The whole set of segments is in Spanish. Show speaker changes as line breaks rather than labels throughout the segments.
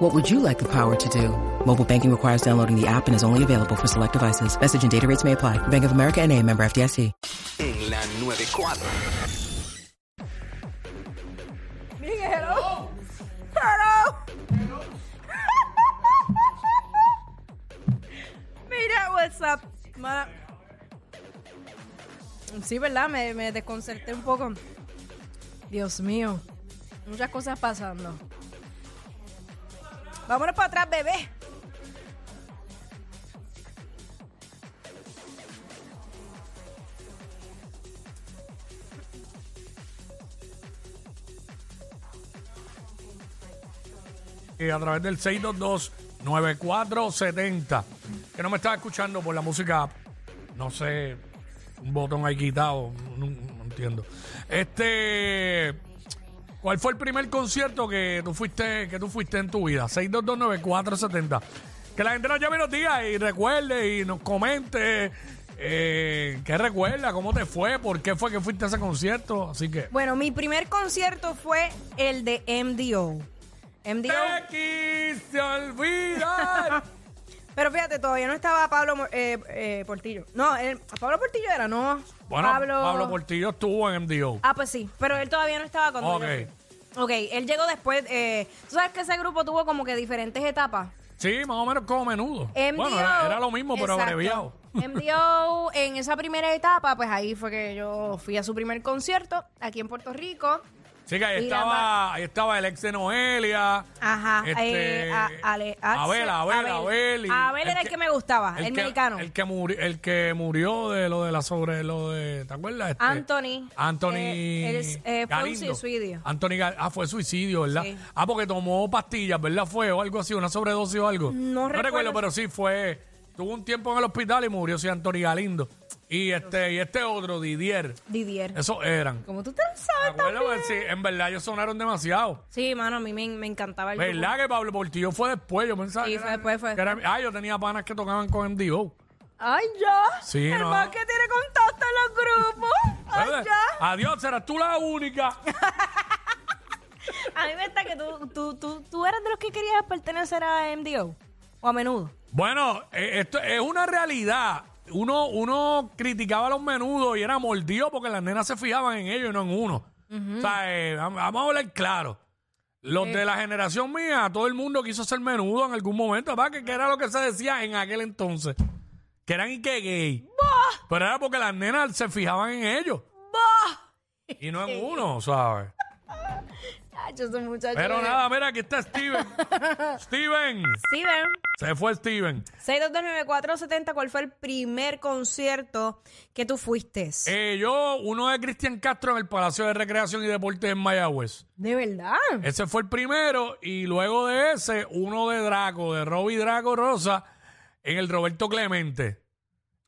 What would you like the power to do? Mobile banking requires downloading the app and is only available for select devices. Message and data rates may apply. Bank of America and a member FDIC.
En la 94.
Miguel. Hello. Hello. Mira, what's up. ma- Sí, ¿verdad? Me, me desconcerté un poco. Dios mío. Muchas cosas pasando. Vámonos para atrás, bebé.
y eh, a través del 622-9470. Que no me estaba escuchando por la música. app. No sé, un botón ahí quitado. No, no entiendo. Este. ¿Cuál fue el primer concierto que tú fuiste, que tú fuiste en tu vida? 6229470. Que la gente nos llame y nos diga y recuerde y nos comente eh, qué recuerda, cómo te fue, por qué fue que fuiste a ese concierto. Así que.
Bueno, mi primer concierto fue el de MDO. MDO.
Te quise olvidar.
Pero fíjate, todavía no estaba Pablo Mo- eh, eh, Portillo. No, él- Pablo Portillo era, no.
Bueno, Pablo, Portillo estuvo en MDO.
Ah, pues sí, pero él todavía no estaba con
Ok.
Ok, él llegó después. eh, Tú sabes que ese grupo tuvo como que diferentes etapas.
Sí, más o menos como menudo.
MDO,
bueno, era, era lo mismo, pero
exacto.
abreviado.
MDO, en esa primera etapa, pues ahí fue que yo fui a su primer concierto aquí en Puerto Rico.
Sí, que ahí
Mira,
estaba, ahí estaba el ex de Noelia.
Ajá,
este,
eh, a- Ale- Axel-
Abel, Abel, Abel. y-
Abel era el que me gustaba, el
que-
mexicano.
El que, murió, el que murió de lo de la sobre, lo de, ¿te acuerdas? Este,
Anthony.
Anthony.
Eh, él es- eh, fue un
Galindo.
suicidio.
Anthony, Gal- ah, fue suicidio, ¿verdad?
Sí.
Ah, porque tomó pastillas, ¿verdad? Fue o algo así, una sobredosis o algo.
No recuerdo.
pero sí fue, tuvo un tiempo en el hospital y murió, sí, Anthony Galindo. Y este, y este otro, Didier.
Didier.
Esos eran.
Como tú te lo
¿Te
sabes
acuerdas?
también.
Porque sí, en verdad ellos sonaron demasiado.
Sí, mano, a mí me, me encantaba el
¿Verdad que Pablo Portillo fue después? Yo pensaba
Sí,
que
fue
era-
después, fue
que era- ah, yo tenía panas que tocaban con MDO.
grupo. ¡Ay, ya!
Sí,
el
no.
más que tiene contacto en los grupos. ¡Ay,
Pero de-
ya!
Adiós, serás tú la única.
A mí me está que tú, tú, tú, tú eras de los que querías pertenecer a MDO. O a menudo.
Bueno, eh, esto es una realidad. Uno, uno criticaba a los menudos y era mordido porque las nenas se fijaban en ellos y no en uno. O sea, eh, vam- vamos a hablar claro. Los de la generación mía, todo el mundo quiso ser menudo en algún momento, ¿verdad? Que, que era lo que se decía en aquel entonces. Que eran y que gay. Pero era porque las nenas se fijaban en ellos
¡Bah!
y no en uno, ¿sabes?
Ay, yo soy muchacho.
Pero
de-
nada, mira, aquí está Steven. Steven.
Steven,
Se fue Steven.
6229470, ¿cuál fue el primer concierto que tú fuiste?
Eh, yo, uno de Cristian Castro en el Palacio de Recreación y Deportes en Mayagüez.
¿De verdad?
Ese fue el primero y luego de ese, uno de Draco, de Robbie Draco Rosa en el Roberto Clemente,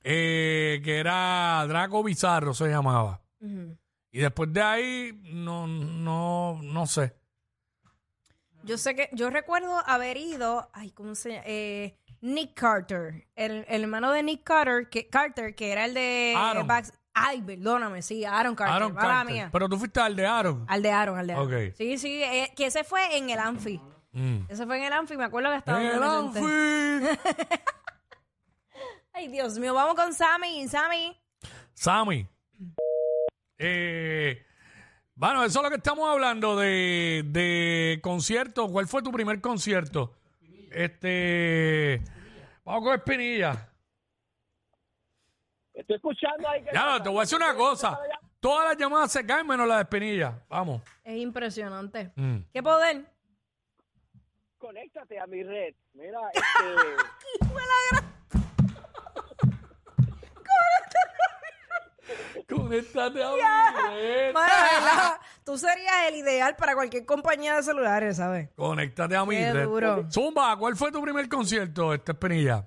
eh, que era Draco Bizarro se llamaba.
Ujú.
Y después de ahí, no, no, no sé.
Yo sé que, yo recuerdo haber ido, ay, ¿cómo se llama? Eh, Nick Carter, el, el hermano de Nick Carter que, Carter, que era el de...
Aaron.
Bax- ay, perdóname, sí, Aaron Carter,
Aaron
mala
Carter.
mía.
Pero tú fuiste al de Aaron.
Al de Aaron, al de Aaron.
Ok.
Sí, sí, eh, que ese fue en el Anfi.
Mm.
Ese fue en el Anfi, me acuerdo que estaba...
El
adolescente.
Anfi.
Ay, Dios mío, vamos con Sammy, Sammy.
Sammy. Eh, bueno, eso es lo que estamos hablando de, de concierto. ¿Cuál fue tu primer concierto? Este. Vamos con Espinilla.
Estoy escuchando ahí que
Ya, te voy a decir una cosa. Todas las llamadas se caen menos la de Espinilla. Vamos.
Es impresionante.
Mm.
¿Qué poder?
conéctate a mi red. Mira, este,
Conéctate a mi red.
Madre, ¿verdad? Tú serías el ideal para cualquier compañía de celulares, ¿sabes?
Conéctate a mi
Qué
red.
duro.
Zumba, ¿cuál fue tu primer concierto, este Espinilla?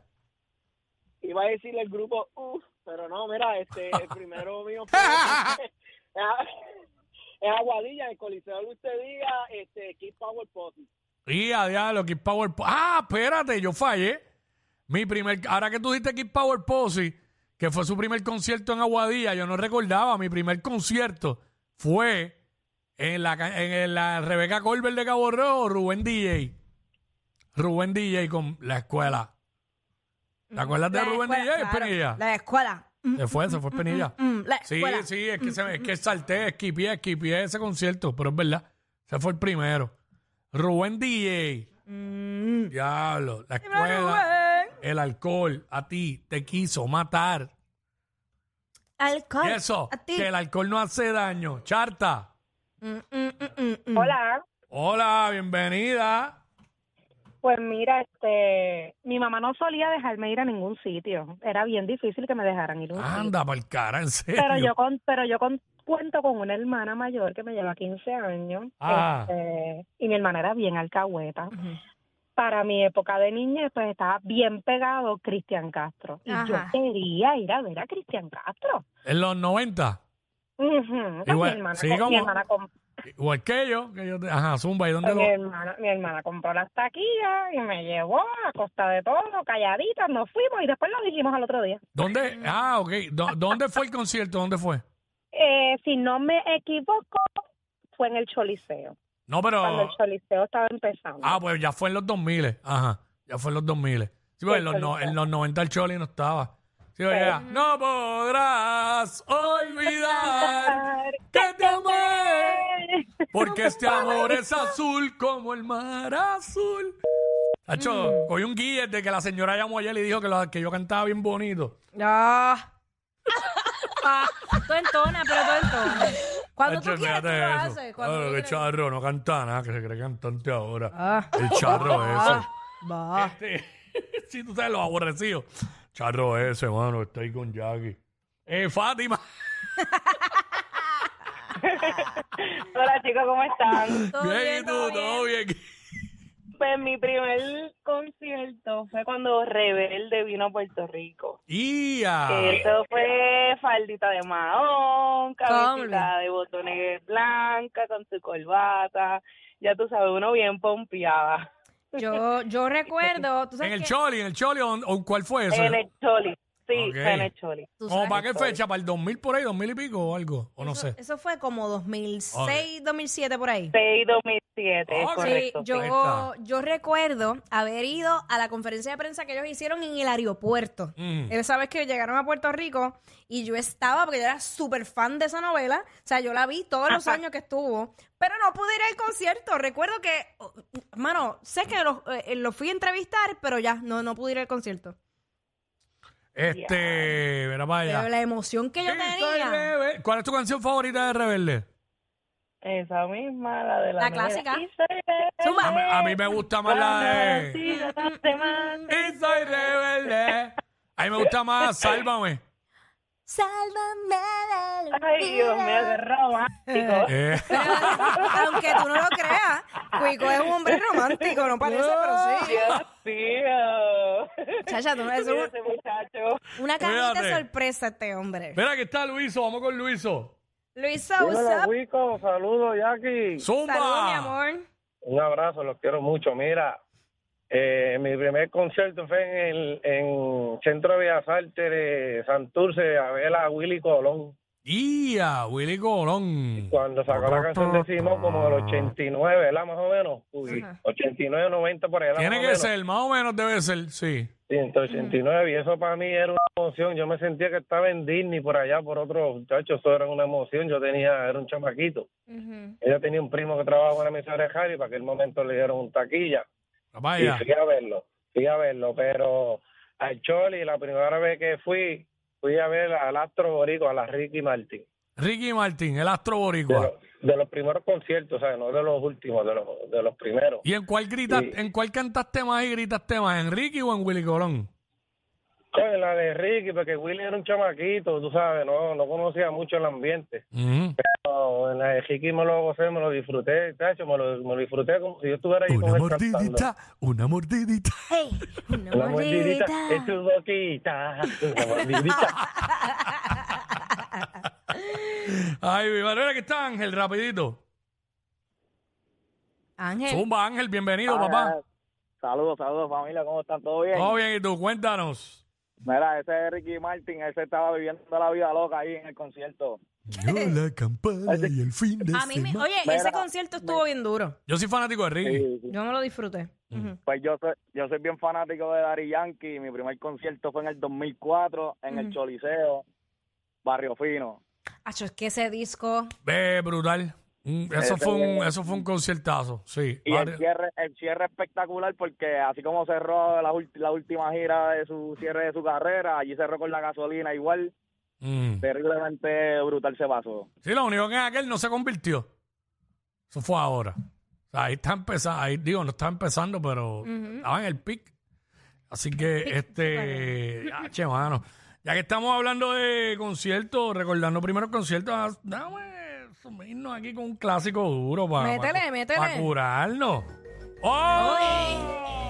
iba a decirle al grupo, uff, Pero no, mira, este, el primero mío fue- es Aguadilla, en el Coliseo Luis te diga, este, Kid Power Posse.
Y a diablo, Kid Power Po- Ah, espérate, yo fallé. Mi primer, ahora que tú dijiste Kid Power Posse, que fue su primer concierto en Aguadilla, yo no recordaba, mi primer concierto fue en la, ca- en la Rebeca Colbert de Cabo Rojo, Rubén DJ. Rubén DJ con la escuela. ¿Te acuerdas de
La
Rubén
escuela,
DJ?
claro,
Penilla.
La escuela. Mm,
Se fue, se fue Penilla.
mm, la
Sí,
escuela. Mm,
sí, es que, se, me- es que salté, esquipié, esquipié ese concierto, pero es verdad. Ese fue el primero. Rubén DJ.
Mm.
Diablo, la
Dímelo,
escuela,
Rubén.
el alcohol, a ti te quiso matar.
Alcohol.
Y eso,
A ti.
que el alcohol no hace daño. Charta,
Mm, mm, mm, mm, mm.
Hola,
hola, bienvenida.
pues mira, este, mi mamá no solía dejarme ir a ningún sitio. Era bien difíil que me dejaran ir. a un sitio.
Anda, pa'l cara, en serio.
Pero yo con, pero yo con- cuento con una hermana mayor que me lleva 15 años.
Ah.
este, y mi hermana era bien alcahueta. Para mi época de niñez, pues estaba bien pegado Cristian Castro. Y yo
Ajá.
quería ir a ver a Cristian Castro.
En los 90,
Ujú, pues
Igual,
Este, mi, hermana,
sí,
com- mi
como-
hermana com-
igual que yo, que yo te- ajá, Zumba, ¿y dónde
Pues mi,
lo...?
hermana, mi hermana compró las taquillas y me llevó a costa de todo, calladitas, nos fuimos y después lo dijimos al otro día.
¿Dónde? Ah, ok. ¿Dó- ¿Dónde fue el concierto? ¿Dónde fue?
Eh, si no me equivoco, fue en el Choliseo,
No,
cuando
pero...
el Choliseo estaba empezando.
Ah, pues ya fue en los 2000, ajá. Ya fue en los 2000. Sí, pues en los, no- en los 90 el Choli no estaba. Sí, pues, era, no podrás olvidar que te amé, porque este amor es azul como el mar azul. Hacho, cogí un guille de que la señora llamó ayer y dijo que, lo- que yo cantaba bien bonito.
Ah. Ah, tú entona, pero tú entona. Cuando tú
Hacho,
quieres, tú
fíjate
lo
eso.
haces. Cuando
Claro,
tú
qué
quieres.
charro, no canta nada, que se cree cantante ahora.
Ah.
El charro
Ah,
ese.
va.
Este, sí, tú sabes, los aborrecidos. Charro ese, mano, está ahí con Jackie. Eh, Fátima.
Hola chicos, ¿cómo están?
Todo
bien,
bien,
¿y
todo
tú, todo bien.
Pues mi primer concierto fue cuando Rebelde vino a Puerto Rico.
¡Ya!
Eso fue faldita de mahón,
Hombre.
camisita de botones blanca con su corbata. Ya tú sabes, uno bien pompeada.
Yo, yo recuerdo, tú
Eh. ¿En
sabes
el
que-
Choli? ¿En el Choli? ¿O, o cuál fue eso?
En el Choli. Sí,
Ok.
fue en el Choli.
tú
¿Cómo
sabes-
para qué fecha? ¿Para el 2000 por ahí? ¿2000 y pico o algo? O no
eso,
sé.
eso fue como 2006, 2007 por ahí.
6 2007, es
Ok.
Sí,
correcto.
Ahí
yo,
está.
yo recuerdo haber ido a la conferencia de prensa que ellos hicieron en el aeropuerto.
Mm.
Esa vez que llegaron a Puerto Rico y yo estaba, porque yo era súper fan de esa novela, o sea, yo la vi todos los años que estuvo, pero no pude ir al concierto. Recuerdo que, oh, mano, sé que los eh, los fui a entrevistar, pero ya, no, no pude ir al concierto.
Este, mira para
Pero
allá.
la emoción que yo
Sí, soy
tenía.
rebel- ¿Cuál es tu canción favorita de Rebelde?
Esa misma, la de la,
La
novela.
clásica.
Y soy rebelde,
Zumba.
A mí, a mí me gusta más la de...
conocida no te manda.
Y soy rebelde. A mí me gusta más Sálvame.
Sálvame del
Ay, Dios mío, qué romántico.
Eh.
Pero, aunque tú no lo creas, Cuico es un hombre romántico, no parece, pero sí.
Dios mío.
Chacha, tú no eres un-
Ese muchacho.
una cajita
Cuídate.
de sorpresa este hombre.
Mira que está Luiso, vamos con Luiso.
Luisa, what's
Hola,
up?
Wico, saludos, Jackie.
Zumba.
Saludos, mi amor.
Un abrazo, los quiero mucho. Mira, eh, mi primer concierto fue en el en Centro de Bellas Artes de Santurce, a ver a Willy Colón,
¡Ya! Willy Colón.
cuando sacó la canción de Simón como el 89, ¿verdad? Más o menos. Uy,
Ajá.
89, 90 por ahí. ¿verdad?
Tiene
Más o
que
menos.
ser, más o menos debe ser, sí.
Sí, entre 89, y eso para mí era una emoción. Yo me sentía que estaba en Disney por allá, por otros muchachos. Eso era una emoción. Yo tenía, era un chamaquito.
Ujú.
Ella tenía un primo que trabajaba en la emisora de Harry, para aquel momento le dieron un taquilla.
Papá,
Y
ya.
fui a verlo, fui a verlo, pero al Choli, la primera vez que fui, fui a ver al Astro Borico, a la Ricky Martin.
Ricky Martín, el astro
De,
boricua.
los- de los primeros conciertos, ¿sabes? No de los últimos, de los, de los primeros.
¿Y en cuál gritas,
Sí.
en cuál cantaste más y gritaste más? ¿En Ricky o en Willy Colón?
Coño, la de Ricky, porque Willy era un chamaquito, tú sabes, no, no conocía mucho el ambiente.
Ujú.
No, en la de Ricky me lo gocé, me lo disfruté, tacho, me lo, me lo disfruté como si yo estuviera ahí
Una
con él cantando.
mordidita, una mordidita.
Hey, una
Una mordidita
mordidita.
en tu boquita, una mordidita.
Ay, mi madre, mira que está Ángel, rapidito.
Ángel.
Zumba, Ángel,
Ah,
bienvenido, papá.
Saludos, saludos familia, ¿cómo están? ¿Todo bien?
Todo bien, ¿y tú? Cuéntanos.
Mira, ese es Ricky Martin, ese estaba viviendo la vida loca ahí en el concierto.
Yo la campana y el fin de
A mí me, oye, ese concierto estuvo bien duro.
Yo soy fanático de Ricky.
Yo me lo disfruté.
Mm.
Ujú.
Pues yo soy, yo soy bien fanático de Dari Yankee, mi primer concierto fue en el 2004 en el Choliseo, Barrio Fino.
Acho, es que ese disco.
Ve, brutal. Mm, Eso fue, un, eso fue un conciertazo, sí.
Y
Vale.
el cierre, el cierre espectacular porque así como cerró la, ult- la última gira de su cierre de su carrera, allí cerró con la gasolina igual,
Mm.
terriblemente brutal se pasó.
Sí, lo único que en aquel no se convirtió. Eso fue ahora. O sea, ahí está empezando, ahí digo, no está empezando, pero estaba en el pic. Así que, este, ah, che, mano. Ya que estamos hablando de conciertos, recordando primeros conciertos, ah, dame sumirnos aquí con un clásico duro para,
Métele, métele.
curarnos. ¡Oh!